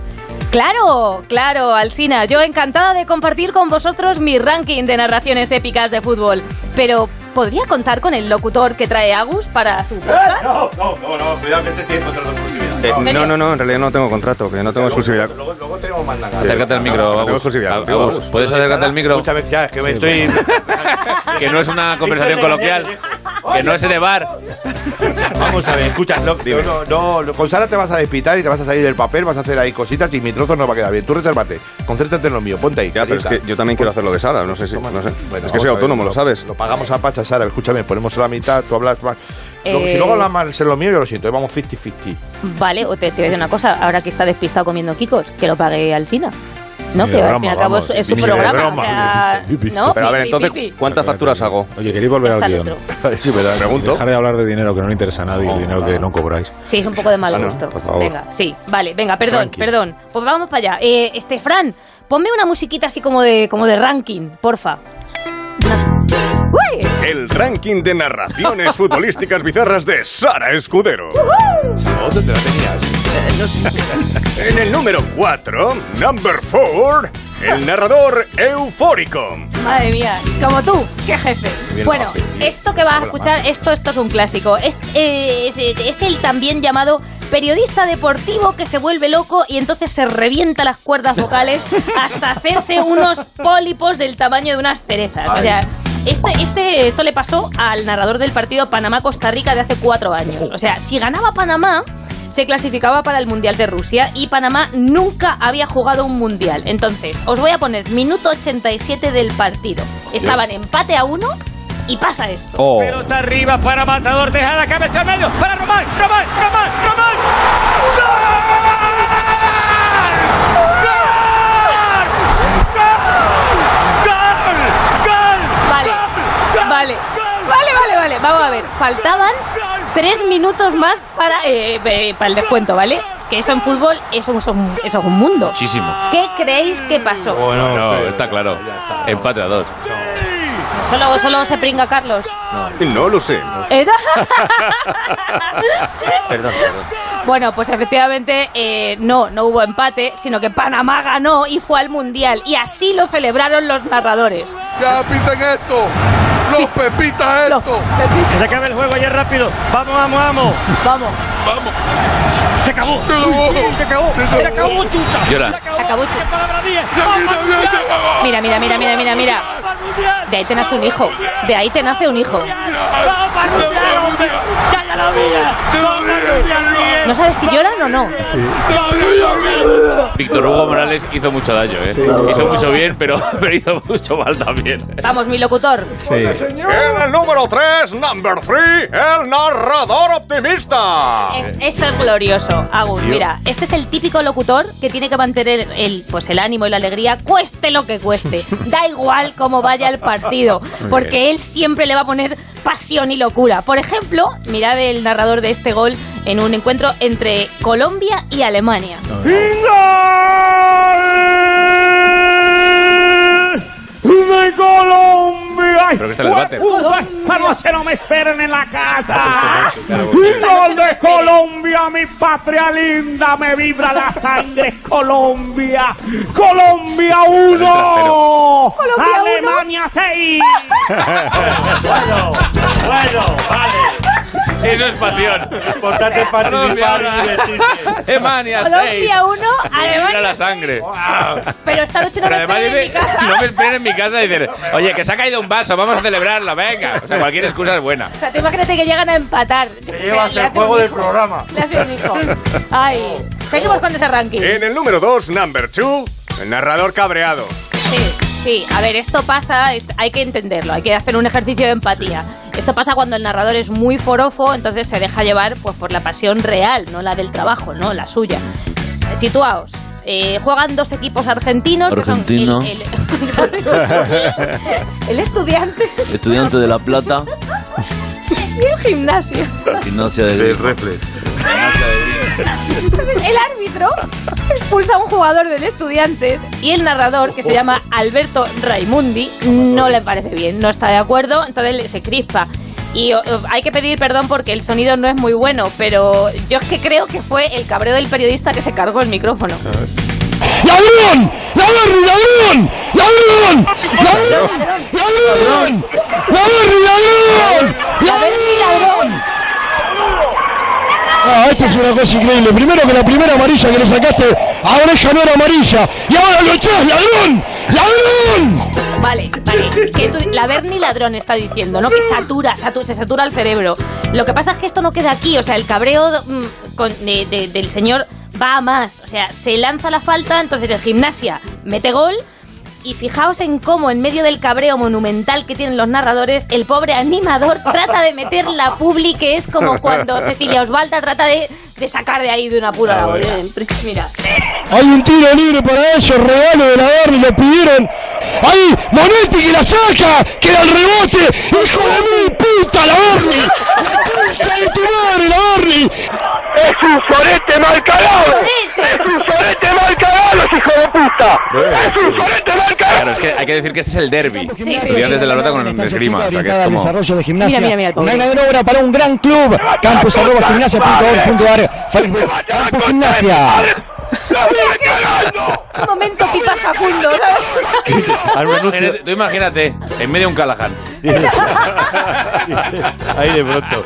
Speaker 2: Claro, claro, Alsina. Yo encantada de compartir con vosotros mi ranking de narraciones épicas de fútbol. Pero, ¿podría contar con el locutor que trae Agus para su podcast?
Speaker 4: No, no, no, no, cuidado que este tiene otra oportunidad.
Speaker 12: Eh, no, no, no, en realidad no tengo contrato, que no tengo exclusividad.
Speaker 3: Acércate al micro,
Speaker 12: No tengo
Speaker 3: Agus.
Speaker 12: exclusividad.
Speaker 3: Agus, ¿puedes acércate al micro? Muchas
Speaker 4: veces ya, es que me
Speaker 3: estoy... que no es una conversación coloquial, que no es de bar.
Speaker 4: Vamos a ver, escucha, no,
Speaker 3: Dime.
Speaker 4: no, no, no, con Sara te vas a despitar y te vas a salir del papel, vas a hacer ahí cositas y mi trozo no va a quedar bien. Tú resérvate, concéntrate en lo mío, ponte ahí. Pues,
Speaker 12: Ya, pero es que yo también quiero hacer lo de Sara, no sé si. no sé. es que soy autónomo, lo sabes.
Speaker 4: Lo pagamos a Pacha, Sara, escúchame, ponemos la mitad, tú hablas más. Lo-
Speaker 2: Eh.
Speaker 4: Si luego hablas más en lo mío, yo lo siento, eh, vamos 50-50.
Speaker 2: Vale, o te, te voy a decir una cosa, ahora que está despistado comiendo kikos, que lo pague al Sina. No,
Speaker 1: Ni
Speaker 2: que
Speaker 1: de
Speaker 2: al fin y al
Speaker 1: broma,
Speaker 2: cabo es,
Speaker 1: vamos,
Speaker 2: es su
Speaker 1: ni de
Speaker 2: programa.
Speaker 1: broma,
Speaker 2: o sea, ¿no?
Speaker 12: Pero a ver,
Speaker 2: Pi, pi,
Speaker 12: entonces,
Speaker 2: pi, pi.
Speaker 12: ¿cuántas facturas hago?
Speaker 1: Oye, queréis volver
Speaker 2: Está
Speaker 1: al
Speaker 2: el
Speaker 1: guión.
Speaker 12: Sí, ¿verdad? Pregunto.
Speaker 1: Dejar de hablar de dinero que no le interesa a
Speaker 12: Oh,
Speaker 1: nadie, el dinero que no cobráis.
Speaker 2: Sí, es un poco de mal
Speaker 1: Ah, no,
Speaker 2: gusto.
Speaker 1: por favor.
Speaker 2: Venga, sí, vale, venga, perdón,
Speaker 1: Tranqui.
Speaker 2: perdón. Pues vamos para allá. Eh, este, Fran, ponme una musiquita así como de, como de ranking, porfa.
Speaker 13: El ranking de narraciones futbolísticas bizarras de Sara Escudero.
Speaker 4: ¿Dónde te la tenías?
Speaker 13: En el número 4, number 4, el narrador eufórico.
Speaker 2: Madre mía, como tú, qué jefe.
Speaker 13: Bien,
Speaker 2: bueno,
Speaker 13: Rafa, bien.
Speaker 2: esto que vas a
Speaker 13: Hola,
Speaker 2: escuchar, esto, esto es un clásico. Es, eh, es, es el también llamado periodista deportivo que se vuelve loco y entonces se revienta las cuerdas vocales hasta hacerse unos pólipos del tamaño de unas cerezas. O sea, este, este, esto le pasó al narrador del partido Panamá-Costa Rica de hace cuatro años. O sea, si ganaba Panamá, se clasificaba para el Mundial de Rusia y Panamá nunca había jugado un Mundial. Entonces, os voy a poner minuto 87 del partido. Estaban empate a uno y pasa esto.
Speaker 1: Oh.
Speaker 3: Pelota arriba para Matador, deja la cabeza al medio, para Román, Román, Román, Román.
Speaker 2: Vale, vale, vale, vale, vale. Vamos a ver, faltaban tres minutos más para, eh, eh, para el descuento, ¿vale? Que eso en fútbol, eso, es un- eso es un mundo.
Speaker 3: Muchísimo.
Speaker 2: ¿Qué creéis que pasó?
Speaker 3: Bueno, está claro. Empate a dos.
Speaker 2: Solo, solo se pringa Carlos.
Speaker 13: No lo sé.
Speaker 2: Era-
Speaker 13: Perdón, perdón.
Speaker 2: Bueno, pues efectivamente eh, no, no hubo empate, sino que Panamá ganó y fue al Mundial. Y así lo celebraron los narradores.
Speaker 14: ¡Ya piten esto! ¡Los pepitas esto!
Speaker 3: Que se acabe el juego ya rápido. Vamos, vamos, vamos.
Speaker 2: Vamos.
Speaker 3: Vamos. Se acabó.
Speaker 14: Se acabó.
Speaker 3: Se acabó. Se acabó, chucha.
Speaker 2: Se acabó esto. Mira, mira, mira, mira, mira, mira. De ahí te nace un hijo. De ahí te nace un hijo. No sabes si lloran o no.
Speaker 3: Víctor Hugo Morales hizo mucho daño, ¿eh? hizo mucho bien, pero, pero hizo mucho mal también.
Speaker 2: Vamos, mi locutor.
Speaker 13: En el número 3, number 3, el narrador optimista.
Speaker 2: Es- Esto es glorioso, Agus.
Speaker 13: Tío.
Speaker 2: Mira, este es el típico locutor que tiene que mantener el, pues el ánimo y la alegría, cueste lo que cueste. Da igual cómo vaya el partido,
Speaker 15: Muy
Speaker 2: porque él siempre le va a poner pasión y locura. Por ejemplo, mirad el narrador de este gol en un encuentro entre Colombia y Alemania.
Speaker 3: ¡De Colombia! Pero que está el debate.
Speaker 16: Pues, ¡Vamos, que no me esperen en la casa!
Speaker 3: claro,
Speaker 16: ¡Gol de Colombia, mi patria linda! ¡Me vibra la sangre! ¡Colombia! ¡Colombia 1!
Speaker 3: Colombia uno.
Speaker 16: ¡Alemania 6!
Speaker 3: bueno, bueno, vale. Eso es pasión. Importante participar y divertirse. Emania 6.
Speaker 2: Colombia 1,
Speaker 3: Mira
Speaker 2: Alemania.
Speaker 3: la sangre.
Speaker 2: Pero esta noche no
Speaker 3: Pero
Speaker 2: me
Speaker 3: además
Speaker 2: esperen en mi
Speaker 3: dice,
Speaker 2: casa.
Speaker 3: no me esperen en mi casa y dicen, oye, que se ha caído un vaso, vamos a celebrarlo, venga. O sea, cualquier excusa es buena.
Speaker 2: O sea, tú imagínate que llegan a empatar. Yo qué sé, le hace un hijo.
Speaker 13: programa.
Speaker 2: Le hace un hijo. Ay, seguimos con ese ranking.
Speaker 13: En el número 2, number 2, el narrador cabreado.
Speaker 2: Sí, sí, a ver, esto pasa, es- hay que entenderlo, hay que hacer un ejercicio de empatía. Esto pasa cuando el narrador es muy forofo, entonces se deja llevar pues, por la pasión real, no la del trabajo, no la suya. Eh, Situaos, eh, juegan dos equipos argentinos,
Speaker 15: Argentino.
Speaker 2: que son el, el estudiante
Speaker 15: Estudiante de La Plata,
Speaker 2: y el gimnasio.
Speaker 15: gimnasia de Del reflex.
Speaker 2: Entonces, el árbitro expulsa a un jugador del Estudiantes y el narrador, que se llama Alberto Raimundi, no le parece bien, no está de acuerdo, entonces le- se crispa. Y o- o- hay que pedir perdón porque el sonido no es muy bueno, pero yo es que creo que fue el cabreo del periodista que se cargó el micrófono.
Speaker 16: ¡Ladrón! ¡Ladrón! ¡Ladrón! ¡Ladrón! ¡Ladrón! ¡Ladrón! ¡Ladrón! ¡Ladrón! ¡Ladrón! Ah, esto es una cosa increíble. Primero que la primera amarilla que le sacaste a Oreja no era amarilla. Y ahora lo echás, ladrón. ¡Ladrón!
Speaker 2: Vale, vale. Que tú, la Bernie ladrón está diciendo, ¿no? Que satura, satu- se satura el cerebro. Lo que pasa es que esto no queda aquí. O sea, el cabreo mm, con- de- de- del señor va a más. O sea, se lanza la falta, entonces el gimnasia mete gol. Y fijaos en cómo, en medio del cabreo monumental que tienen los narradores, el pobre animador trata de meter la publi, que es como cuando Cecilia Osvalda trata de, de sacar de ahí de una pura labor. Mira.
Speaker 16: Hay un tiro libre para ellos, regalo de la Berni, lo pidieron. ¡Ahí! ¡Monetti que la saca! ¡Que da el rebote! ¡Hijo de mi puta, la Berni! ¡La puta de tu madre, la Berni! ¡Es un sorete mal cagado! ¡Es un sorete mal cagado, hijo de puta! ¡Es un sorete mal cagado!
Speaker 17: Claro, es que hay que decir que este es el derby.
Speaker 16: sí,
Speaker 17: Estudiantes de la Lota con esgrima. O sea, que es
Speaker 16: orientada al
Speaker 17: como.
Speaker 16: desarrollo de gimnasia.
Speaker 17: Mira, mira, mira, el pobre.
Speaker 16: Una gran obra para un gran club. Campus arroba gimnasia punto org punto ar. Facebook, Campus gimnasia.
Speaker 2: Un momento, pipa Facundo.
Speaker 17: Imagínate- Tú imagínate, en medio de un Callahan.
Speaker 18: Ahí de pronto.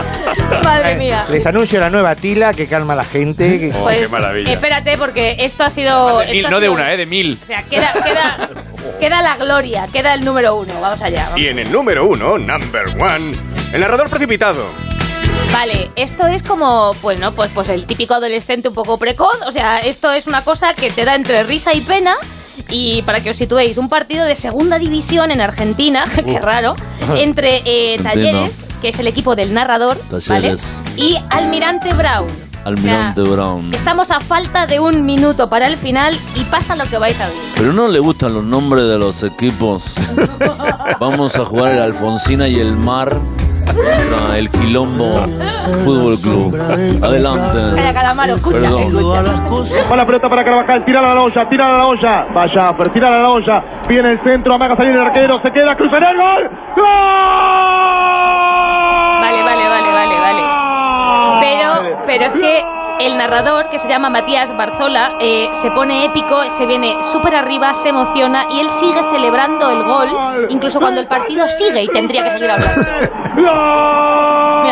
Speaker 2: Madre mía.
Speaker 18: Les anuncio la nueva tila que calma a la gente. que-
Speaker 13: Oh,
Speaker 2: Pues,
Speaker 3: eh,
Speaker 2: Espérate, porque esto ha sido.
Speaker 17: Mil,
Speaker 2: esto ha
Speaker 17: no de
Speaker 2: sido-
Speaker 17: una, ¿eh? De mil.
Speaker 2: O sea, queda, queda, queda la gloria, queda el número uno. Vamos allá. vamos.
Speaker 13: Y en el número uno, number one, el narrador precipitado.
Speaker 2: Vale, esto es como, pues no, pues, pues el típico adolescente un poco precoz. O sea, esto es una cosa que te da entre risa y pena. Y para que os situéis, un partido de segunda división en Argentina, qué raro, entre eh,
Speaker 15: Argentina.
Speaker 2: Talleres, que es el equipo del narrador, ¿vale?
Speaker 15: Talleres.
Speaker 2: y Almirante Brown.
Speaker 15: Almirante Brown.
Speaker 2: Estamos a falta de un minuto para el final y pasa lo que vais a ver.
Speaker 15: Pero no le gustan los nombres de los equipos. Vamos a jugar el Alfonsina y el Mar contra el Quilombo Fútbol Club.
Speaker 2: Calla,
Speaker 15: Adelante.
Speaker 2: Calamaro, escucha,
Speaker 15: Perdón.
Speaker 2: escucha.
Speaker 19: Va la pelota para Carvajal, tira la olla, tira la olla. Vaya, pero tira la olla. Viene el centro, amaga salir el arquero, se queda, cruzará el gol.
Speaker 2: Vale, vale, vale, vale, vale. Pero, pero es que el narrador, que se llama Matías Barzola, eh, se pone épico, se viene súper arriba, se emociona y él sigue celebrando el gol, incluso cuando el partido sigue y tendría que seguir hablando. Mira,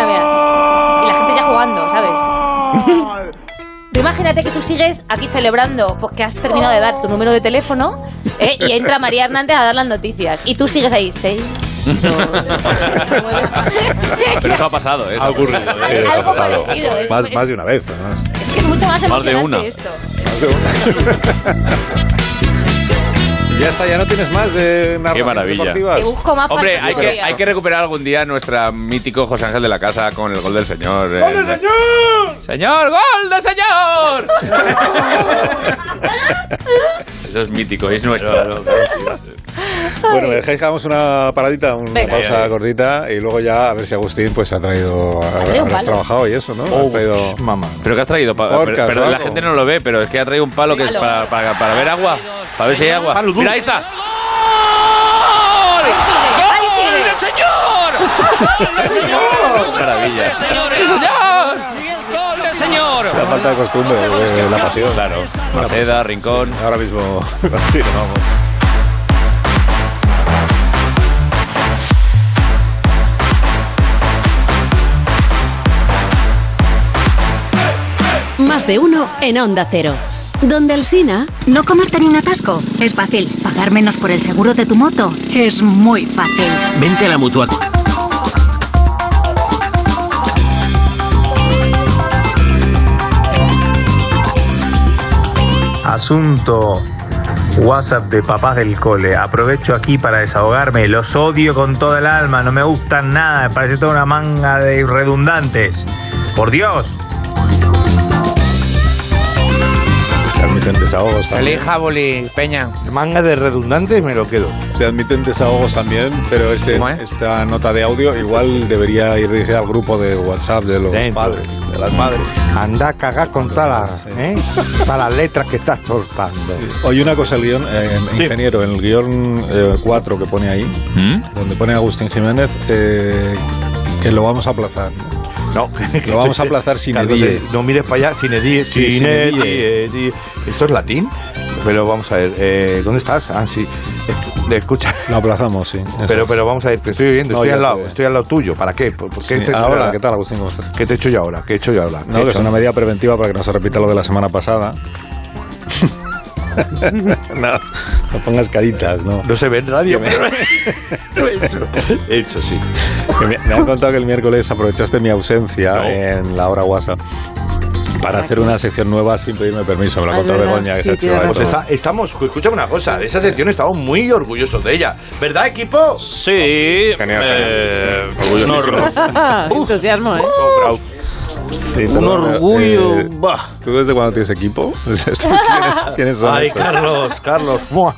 Speaker 2: mira. Y la gente ya jugando, ¿sabes? Tú imagínate que tú sigues aquí celebrando, pues que has terminado de dar tu número de teléfono eh, y entra María Hernández a dar las noticias. Y tú sigues ahí, seis.
Speaker 17: Pero eso ha pasado, ¿eh? Eso ha ocurrido.
Speaker 2: eso ha Algo pasado. parecido, es-
Speaker 1: Más, más de una vez, además.
Speaker 2: Es que es mucho más
Speaker 17: Más de
Speaker 2: emocionante
Speaker 17: una.
Speaker 2: esto.
Speaker 1: Ya está, ya no tienes más de
Speaker 17: Qué maravilla.
Speaker 1: deportivas.
Speaker 2: Te busco más
Speaker 17: Hombre,
Speaker 2: para
Speaker 17: hay
Speaker 2: el
Speaker 17: que,
Speaker 2: día.
Speaker 17: hay que recuperar algún día nuestra mítico José Ángel de la Casa con el gol del señor. eh.
Speaker 20: señor!
Speaker 17: ¡Señor, gol de señor! Eso es mítico, es nuestro.
Speaker 1: Bueno, me dejáis que hagamos una paradita, una
Speaker 17: Venga.
Speaker 1: pausa cortita y luego ya a ver si Agustín pues ha traído,
Speaker 17: traído un
Speaker 1: habrás
Speaker 17: palo.
Speaker 1: trabajado y eso, ¿no? has traído mamá.
Speaker 17: ¿Pero qué has traído? Pa- pero-
Speaker 1: Orcas
Speaker 17: pero
Speaker 1: o
Speaker 17: la
Speaker 1: algo.
Speaker 17: gente no lo ve, pero es que ha traído un palo que es para, para- para ver agua. Para ver si hay agua.
Speaker 20: Palo duro.
Speaker 17: Mira, ahí está.
Speaker 20: ¡Gol de señor! ¡Gol de señor!
Speaker 17: Maravilla.
Speaker 20: señor! ¡Gol de señor!
Speaker 1: La falta de costumbre, de, de la pasión. Claro.
Speaker 17: Maceda, Rincón.
Speaker 1: ahora mismo. Sí, no, vamos.
Speaker 10: Más de uno en Onda Cero. Donde el Sina, no comerte ni un atasco. Es fácil. Pagar menos por el seguro de tu moto es muy fácil.
Speaker 21: Vente a la mutua.
Speaker 22: Asunto WhatsApp de papás del cole. Aprovecho aquí para desahogarme. Los odio con toda el alma. No me gustan nada. Me parece toda una manga de redundantes. Por Dios.
Speaker 1: Se admiten desahogos también.
Speaker 5: Elija boli, Peña.
Speaker 1: Manga de redundantes me lo quedo. Se admiten desahogos también, pero este,
Speaker 17: eh?
Speaker 1: esta nota de audio igual debería ir dirigida al grupo de WhatsApp de los padres, de
Speaker 17: Mm.
Speaker 1: las madres.
Speaker 18: Anda a cagar con todas las, ¿eh? Todas las letras que estás soltando.
Speaker 1: Oye, una cosa, el guión, eh, ingeniero, en el guión 4 que pone ahí,
Speaker 17: ¿Mm?
Speaker 1: donde pone Agustín Jiménez, eh, que lo vamos a aplazar. No, lo vamos a aplazar sin
Speaker 4: Carlos,
Speaker 1: edie.
Speaker 4: eh, No mires para allá, sin edie,
Speaker 1: Sí,
Speaker 4: sin
Speaker 1: sine
Speaker 4: edie,
Speaker 1: die.
Speaker 13: eh,
Speaker 4: edie. ¿Esto es latín? Pero vamos a ver, eh, ¿dónde estás? Ah, sí. de escucha.
Speaker 1: Lo aplazamos, sí. eso.
Speaker 4: Pero, pero vamos a ver, te estoy oyendo,
Speaker 1: No,
Speaker 4: estoy
Speaker 1: ya
Speaker 4: al lado,
Speaker 1: te-
Speaker 4: estoy al lado tuyo. ¿Para qué? ¿Por, por qué
Speaker 1: Sí,
Speaker 4: te-
Speaker 1: ahora, ¿qué tal, Agustín? ¿Cómo estás?
Speaker 4: ¿Qué te he hecho yo ahora? ¿Qué he hecho yo ahora? ¿Qué
Speaker 1: No,
Speaker 4: he
Speaker 1: que es
Speaker 4: hecho?
Speaker 1: una medida preventiva para que no se repita lo de la semana pasada. no, no pongas caritas, no.
Speaker 4: No se ve nadie, Lo he hecho. Pues He hecho, sí.
Speaker 1: Que Me, me han contado que el miércoles aprovechaste mi ausencia en la hora WhatsApp para hacer una sección nueva sin pedirme permiso. Me lo ha
Speaker 4: Ah, es
Speaker 1: contado
Speaker 4: verdad.
Speaker 1: Begoña.
Speaker 4: Sí,
Speaker 1: que
Speaker 4: tiene
Speaker 1: se ha hecho ahí
Speaker 4: razón. Pues
Speaker 1: todo.
Speaker 4: está- estamos, escúchame una cosa, de esa sección estamos muy orgullosos de ella. ¿Verdad, equipo?
Speaker 7: Sí.
Speaker 4: Genial.
Speaker 7: Entusiasmo, ¿eh?
Speaker 1: Sí, te
Speaker 7: Un
Speaker 1: lo-
Speaker 7: orgullo,
Speaker 1: eh, ¿Tú desde cuándo tienes equipo? ¿Quiénes, quiénes son
Speaker 4: Ay,
Speaker 1: estos?
Speaker 4: Carlos, Carlos. ¡mua!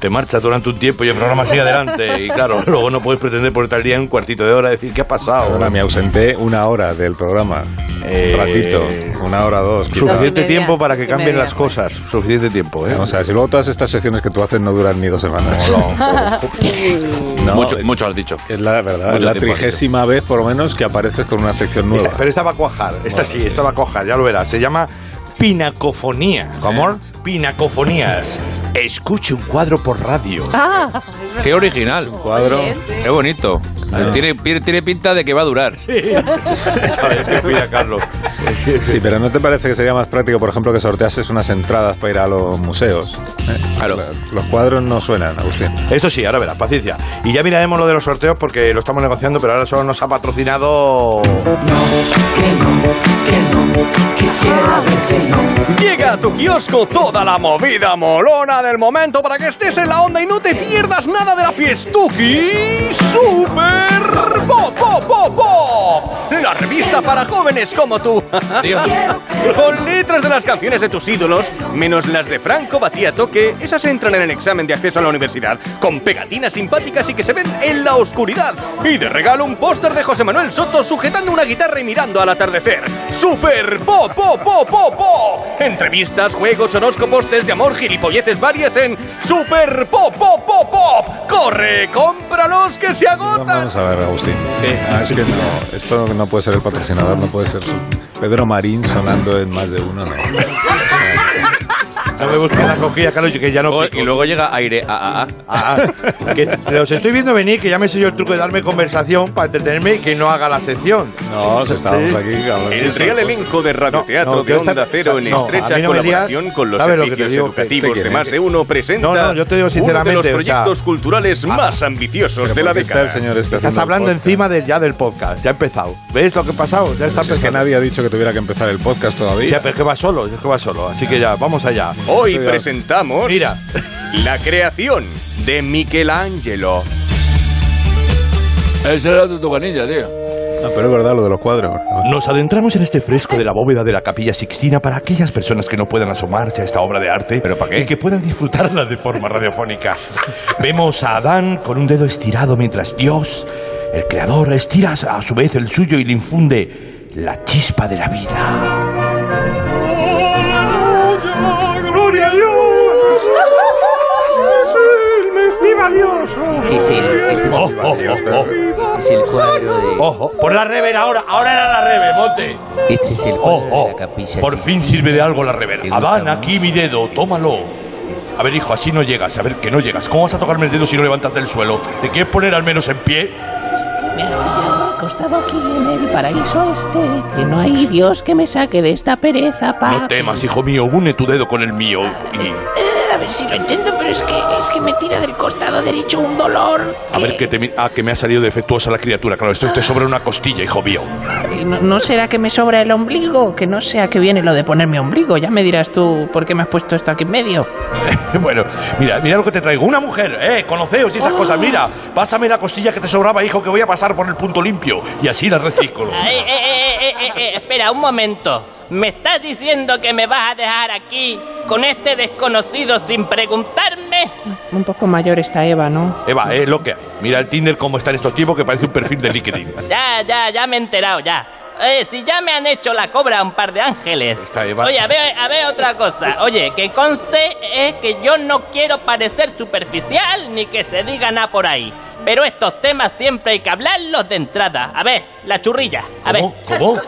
Speaker 4: Te marchas durante un tiempo y el programa sigue adelante. Y claro, luego no puedes pretender ponerte al día en un cuartito de hora y decir qué ha pasado.
Speaker 1: Ahora me ausenté una hora del programa.
Speaker 4: Eh,
Speaker 1: un ratito, una hora, dos. quizá.
Speaker 4: Suficiente tiempo para que cambien las cosas. Suficiente tiempo, ¿eh?
Speaker 1: Vamos a ver, si luego todas estas sesiones que tú haces no duran ni dos semanas. No,
Speaker 17: mucho,
Speaker 1: eh,
Speaker 17: mucho has dicho.
Speaker 1: Es la verdad,
Speaker 17: Mucho tiempo
Speaker 1: la
Speaker 17: has dicho.
Speaker 1: trigésima vez por lo menos que apareces con una sección nueva.
Speaker 4: Esta- pero esta va a cuajar. Esta sí, esta va a cuajar, ya lo verás. Se llama Pinacofonías. ¿Cómo? Pinacofonías. Escuche un cuadro por radio.
Speaker 7: Ah,
Speaker 17: Qué original.
Speaker 1: cuadro.
Speaker 17: Qué bonito. Tiene, pi- tiene pinta de que va a durar.
Speaker 4: Carlos.
Speaker 1: Sí, pero ¿no te parece que sería más práctico, por ejemplo, que sorteases unas entradas para ir a los museos? Claro. Los cuadros no suenan, Agustín.
Speaker 4: Esto sí, ahora verás, paciencia. Y ya miraremos lo de los sorteos porque lo estamos negociando, pero ahora solo nos ha patrocinado.
Speaker 13: Llega a tu kiosco toda la movida molona del momento para que estés en la onda y no te pierdas nada de la fiestuki Super Pop Pop Pop Pop. La revista para jóvenes como tú.
Speaker 17: Dios.
Speaker 13: Con letras de las canciones de tus ídolos, menos las de Franco Battiato, que esas entran en el examen de acceso a la universidad, con pegatinas simpáticas y que se ven en la oscuridad. Y de regalo un póster de José Manuel Soto sujetando una guitarra y mirando al atardecer. ¡Super Pop Pop Pop Pop Pop! Entrevistas, juegos, horóscopos, test de amor, gilipolleces varias en Super Pop Pop Pop Pop. ¡Corre, cómpralos que se agotan!
Speaker 1: Vamos a ver, Agustín. Ah, es que no, esto no puede ser el patrocinador, no puede ser su- Pedro Marín sonando en más de uno, no.
Speaker 4: No me busques las cojillas, Carlos, que ya no.
Speaker 17: Y luego llega aire. Ah, ah,
Speaker 4: Ah, que los estoy viendo venir, que ya me sé yo el truco de darme conversación para entretenerme y que no haga la sección.
Speaker 1: No, se estábamos aquí hablando de
Speaker 13: El
Speaker 1: esas
Speaker 13: real
Speaker 1: cosas.
Speaker 13: elenco de radioteatro
Speaker 4: No, no,
Speaker 13: de
Speaker 4: yo esta-
Speaker 13: Onda Cero en
Speaker 4: no, a mí
Speaker 13: estrecha
Speaker 4: no me
Speaker 13: colaboración
Speaker 4: digas-
Speaker 13: con los
Speaker 4: ¿sabes lo que te
Speaker 13: servicios
Speaker 4: digo? Que-
Speaker 13: educativos
Speaker 4: que-
Speaker 13: de más de uno presenta
Speaker 4: No, no, yo te digo
Speaker 13: uno de los
Speaker 4: sinceramente, o
Speaker 13: proyectos
Speaker 4: sea-
Speaker 13: culturales más ambiciosos de la década.
Speaker 1: este
Speaker 4: Estás hablando encima del, ya del podcast, ya ha empezado. ¿Ves lo que ha pasado? Ya está
Speaker 1: Pues es que nadie ha dicho que tuviera que empezar el podcast todavía.
Speaker 4: Sí, pero es que va solo, es que va solo. Así que ya, vamos allá.
Speaker 13: Hoy
Speaker 4: Estoy ya-
Speaker 13: presentamos
Speaker 4: Mira.
Speaker 13: la creación de Michelangelo.
Speaker 17: Esa era tu tocanilla, tío.
Speaker 1: No, Ah, pero es verdad lo de los cuadros.
Speaker 4: Nos adentramos en este fresco de la bóveda de la Capilla Sixtina para aquellas personas que no puedan asomarse a esta obra de arte ¿Pero para qué? y que puedan disfrutarla de forma radiofónica. Vemos a Adán con un dedo estirado mientras Dios, el creador, estira a su vez el suyo y le infunde la chispa de la vida.
Speaker 16: ¡Gloria a Dios! ¡Es el
Speaker 4: Es el, oh, oh, oh, oh.
Speaker 21: Es el cuadro de.
Speaker 22: Oh,
Speaker 4: Ojo, por la rever ahora, ahora era la rever, monte.
Speaker 21: Este es el
Speaker 4: Oh,
Speaker 21: cuadro
Speaker 4: oh,
Speaker 21: de la capilla.
Speaker 4: por fin sirve de algo la rever.
Speaker 21: gusta,
Speaker 4: Adán,
Speaker 21: ¿no?
Speaker 4: aquí mi dedo, tómalo. A ver, hijo, así no llegas, a ver que no llegas. ¿Cómo vas a tocarme el dedo si no levantas del suelo? ¿Te quieres poner al menos en pie?
Speaker 23: Me has pillado acostado aquí en el paraíso este, que no hay Dios que me saque de esta pereza,
Speaker 4: No
Speaker 23: pa.
Speaker 4: temas, hijo mío, une tu dedo con el mío. Y
Speaker 23: Eh, a ver si lo intento, pero es que es que me tira del costado derecho un dolor.
Speaker 4: a ver que te mi- Ah, que me ha salido defectuosa la criatura. Claro, esto te sobra una costilla, hijo mío.
Speaker 23: Eh, No, no será que me sobra el ombligo? Que no sea que viene lo de ponerme ombligo. Ya me dirás tú por qué me has puesto esto aquí en medio.
Speaker 4: bueno, mira, mira lo que te traigo. Una mujer, eh, conoceos y esas cosas. Mira, pásame la costilla que te sobraba, hijo, que voy a pasar por el punto limpio. Y así la reciclo.
Speaker 24: Ay, eh, eh, eh, eh, eh, espera un momento. ¿Me estás diciendo que me vas a dejar aquí con este desconocido sin preguntarme?
Speaker 23: Un poco mayor está Eva, ¿no?
Speaker 4: Eva, eh, lo que hay. Mira el Tinder cómo está en estos tiempos que parece un perfil de LinkedIn.
Speaker 24: Ya, ya, ya me he enterado, ya. eh, si ya me han hecho la cobra a un par de ángeles. Oye, a ver, a ver otra cosa. Oye, que conste es que yo no quiero parecer superficial ni que se diga nada por ahí. Pero estos temas siempre hay que hablarlos de entrada. A ver, la churrilla. A ver.
Speaker 4: ¿Cómo?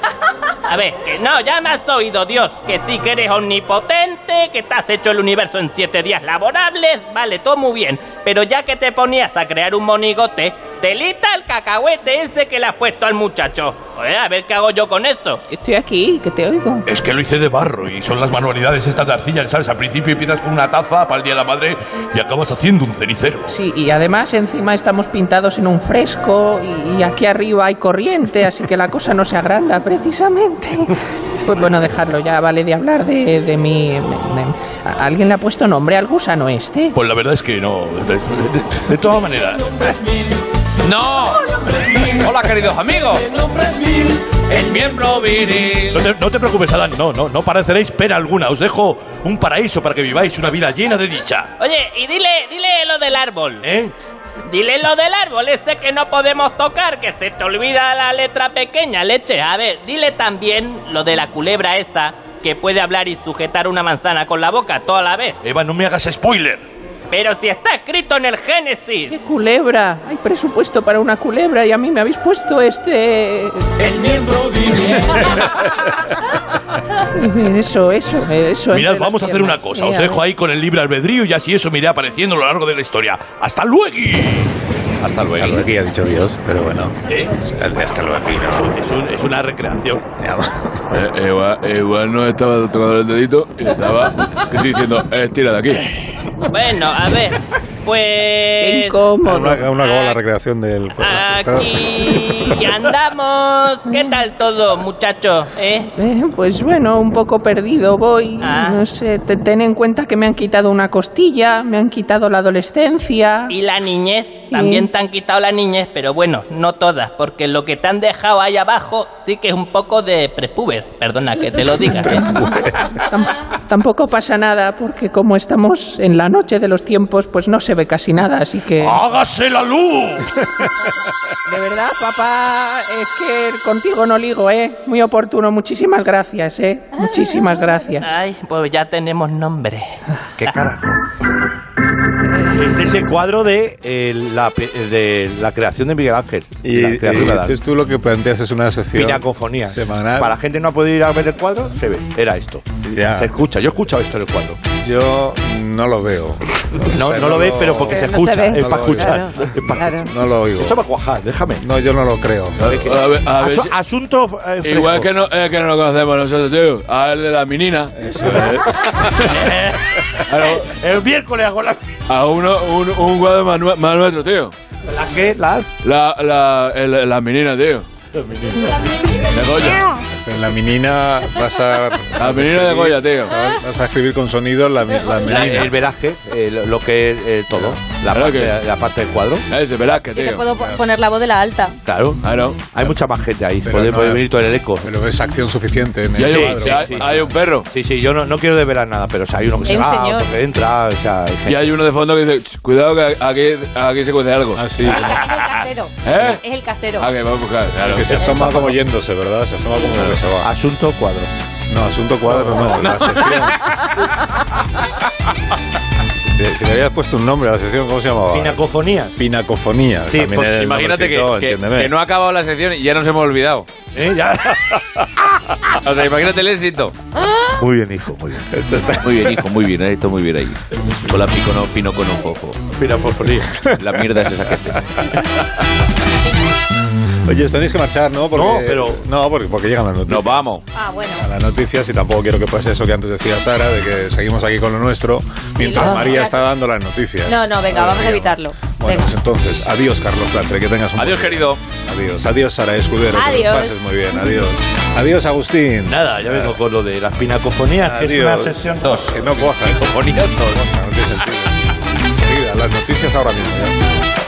Speaker 24: A ver, que no, ya me has oído, Dios. Que sí que eres omnipotente, que te has hecho el universo en siete días laborables. Vale, todo muy bien. Pero ya que te ponías a crear un monigote, delita el cacahuete ese que le has puesto al muchacho. Oye, a ver qué hago yo con esto.
Speaker 23: Estoy aquí, que te oigo.
Speaker 4: Es que lo hice de barro y son las manualidades estas de arcilla, ¿sabes? Al principio empiezas con una taza para el día de la madre y acabas haciendo un cenicero.
Speaker 23: Sí, y además encima estamos pintados en un fresco y, y aquí arriba hay corriente, así que la cosa no se agranda precisamente. Pues bueno, dejarlo ya, vale de hablar de, de mi... de- de- ¿a- ¿Alguien le ha puesto nombre al gusano este?
Speaker 4: Pues la verdad es que no. De, de- de todas maneras.
Speaker 17: ¡No! Hola, queridos amigos. El miembro viril.
Speaker 4: No te, no te preocupes, Adán, no, no, no pareceréis pena alguna. Os dejo un paraíso para que viváis una vida llena de dicha.
Speaker 24: Oye, y dile, dile lo del árbol.
Speaker 4: ¿Eh?
Speaker 24: Dile lo del árbol ese que no podemos tocar, que se te olvida la letra pequeña, leche. A ver, dile también lo de la culebra esa que puede hablar y sujetar una manzana con la boca toda la vez.
Speaker 4: Eva, no me hagas spoiler.
Speaker 24: Pero si está escrito en el Génesis.
Speaker 23: Culebra, hay presupuesto para una culebra y a mí me habéis puesto este...
Speaker 24: El miembro
Speaker 23: Eso, eso, eso.
Speaker 4: Mirad,
Speaker 23: entre las
Speaker 4: vamos a hacer
Speaker 23: piernas.
Speaker 4: una cosa. Os
Speaker 23: Mira.
Speaker 4: dejo ahí con el libre albedrío y así eso me irá apareciendo a lo largo de la historia. ¡Hasta luego!
Speaker 1: Hasta luego. Hasta luego, ya ha dicho Dios, pero bueno. Hasta luego.
Speaker 4: ¿Eh? Es, un- es un- es una recreación.
Speaker 6: Eh, Eva, Eva no estaba tocando el dedito y estaba diciendo, estira de aquí.
Speaker 24: Bueno, a ver, pues...
Speaker 1: Una, una acabó la recreación del cuerpo.
Speaker 24: Aquí andamos. ¿Qué tal todo, muchachos? ¿Eh?
Speaker 23: Eh, pues bueno, un poco perdido voy.
Speaker 24: Ah.
Speaker 23: No sé, te- ten en cuenta que me han quitado una costilla, me han quitado la adolescencia.
Speaker 24: Y la niñez, también te han quitado la niñez, pero bueno, no todas, porque lo que te han dejado ahí abajo sí que es un poco de prepuber, perdona que te lo diga. ¿eh?
Speaker 23: Tam- tampoco pasa nada, porque como estamos en la noche de los tiempos, pues no se ve casi nada, así que.
Speaker 24: Oh.
Speaker 4: ¡Hágase la luz!
Speaker 23: De verdad, papá, es que contigo no ligo, ¿eh? Muy oportuno, muchísimas gracias, ¿eh? Muchísimas gracias.
Speaker 24: Ay, pues ya tenemos nombre.
Speaker 4: ¿Qué carajo? Este es el cuadro de, eh, la, pe- de la creación de Miguel Ángel.
Speaker 1: Y,
Speaker 4: la creación
Speaker 1: y
Speaker 4: de Adán.
Speaker 1: entonces tú lo que planteas es una sección
Speaker 4: Pinacofonía.
Speaker 1: semanal.
Speaker 4: Para la gente que no ha podido ir a ver el cuadro, se ve. Era esto.
Speaker 1: Ya.
Speaker 4: Se escucha. Yo he escuchado esto en el cuadro.
Speaker 1: Yo no lo veo.
Speaker 4: No, no lo veis, pero porque se Pero no escucha, eh, se ve. es para
Speaker 1: lo
Speaker 4: escuchar,
Speaker 1: oigo.
Speaker 4: es para Claro.
Speaker 1: No lo oigo.
Speaker 4: Esto va a cuajar, déjame.
Speaker 1: No, yo no lo creo.
Speaker 6: A ver, a ver
Speaker 4: Asu-
Speaker 6: si-
Speaker 4: asunto. eh, fresco.
Speaker 6: Igual que no, eh, que no lo conocemos nosotros, tío. A el de la menina.
Speaker 4: Eh, el miércoles hago la.
Speaker 6: A uno, un, un cuadro más, nue- más nuestro, tío.
Speaker 4: ¿Las qué? ¿Las?
Speaker 6: La, la, el- la menina, tío. De Goya.
Speaker 1: En la menina vas a.
Speaker 6: La menina de Goya, tío.
Speaker 1: Vas a escribir con sonido la, mi- la
Speaker 4: La-
Speaker 1: menina.
Speaker 4: el veraje, eh, lo, lo que es eh, todo. La
Speaker 6: Claro
Speaker 4: parte,
Speaker 6: que-
Speaker 4: la parte del cuadro.
Speaker 6: Ese Ah, Velázquez,
Speaker 2: Yo te
Speaker 6: tío.
Speaker 2: puedo po- poner la voz de la alta.
Speaker 4: Claro.
Speaker 6: Claro.
Speaker 4: Hay mucha más gente ahí.
Speaker 1: Pero
Speaker 4: Puede,
Speaker 1: no
Speaker 4: puede
Speaker 1: es-
Speaker 4: venir todo el eco.
Speaker 1: Pero es acción suficiente en
Speaker 6: Y
Speaker 1: el
Speaker 6: hay un-
Speaker 1: cuadro.
Speaker 6: sí, hay- hay un perro.
Speaker 4: Sí, sí, yo no, no quiero desvelar nada, pero o sea, hay uno que
Speaker 6: Hay
Speaker 4: se
Speaker 6: un
Speaker 4: va,
Speaker 6: señor.
Speaker 4: otro que entra, o sea, hay
Speaker 6: Y
Speaker 4: gente.
Speaker 6: hay uno de fondo que dice, "Ch, cuidado que aquí, aquí se cuece algo. Ah,
Speaker 1: sí.
Speaker 2: Es el casero.
Speaker 6: ¿Eh?
Speaker 2: Es el casero.
Speaker 6: Ah, que va a buscar. Claro.
Speaker 1: Que se asoma como yéndose, ¿verdad? Se asoma como que se va.
Speaker 4: Asunto cuadro.
Speaker 1: No, asunto cuadro no, la sección. Si le- Si le habías puesto un nombre a la sección, ¿cómo se llamaba?
Speaker 4: Pinacofonías.
Speaker 1: Pinacofonía.
Speaker 17: Sí,
Speaker 1: también
Speaker 17: pues,
Speaker 1: era el
Speaker 17: imagínate que,
Speaker 1: nombrecito,
Speaker 17: que-
Speaker 1: entiéndeme.
Speaker 17: que no ha acabado la sección y ya nos hemos olvidado.
Speaker 4: ¿Eh? Ya.
Speaker 17: O sea, imagínate el éxito.
Speaker 4: Muy bien, hijo, muy bien.
Speaker 15: Muy bien, hijo, muy
Speaker 3: eh,
Speaker 15: bien, esto muy bien ahí. Con la pico no, pino con un poco.
Speaker 4: Pinacofonía.
Speaker 15: La mierda es esa que haces.
Speaker 1: Oye, os tenéis que marchar, ¿no? Porque,
Speaker 15: No, pero-
Speaker 1: No, porque, porque llegan las noticias.
Speaker 15: Nos vamos.
Speaker 2: Ah, bueno.
Speaker 1: A las noticias y tampoco quiero que pase eso que antes decía Sara, de que seguimos aquí con lo nuestro, mientras
Speaker 2: luego-
Speaker 1: María está dando las noticias.
Speaker 2: No, no, venga, vamos a evitarlo.
Speaker 1: Bueno, pues entonces, adiós, Carlos Platre, que tengas un
Speaker 17: Adiós,
Speaker 1: buen día.
Speaker 17: querido.
Speaker 1: Adiós, adiós, Sara Escudero. Que lo
Speaker 2: Adiós.
Speaker 1: pases muy bien, adiós. Adiós, Agustín.
Speaker 4: Nada, ya vengo con lo de las pinacofonías, que es una
Speaker 1: Adiós.
Speaker 4: sesión.
Speaker 1: Que no coja.
Speaker 4: Pinacofonías,
Speaker 1: No coja, no tiene sentido. Enseguida, las noticias ahora mismo. ya.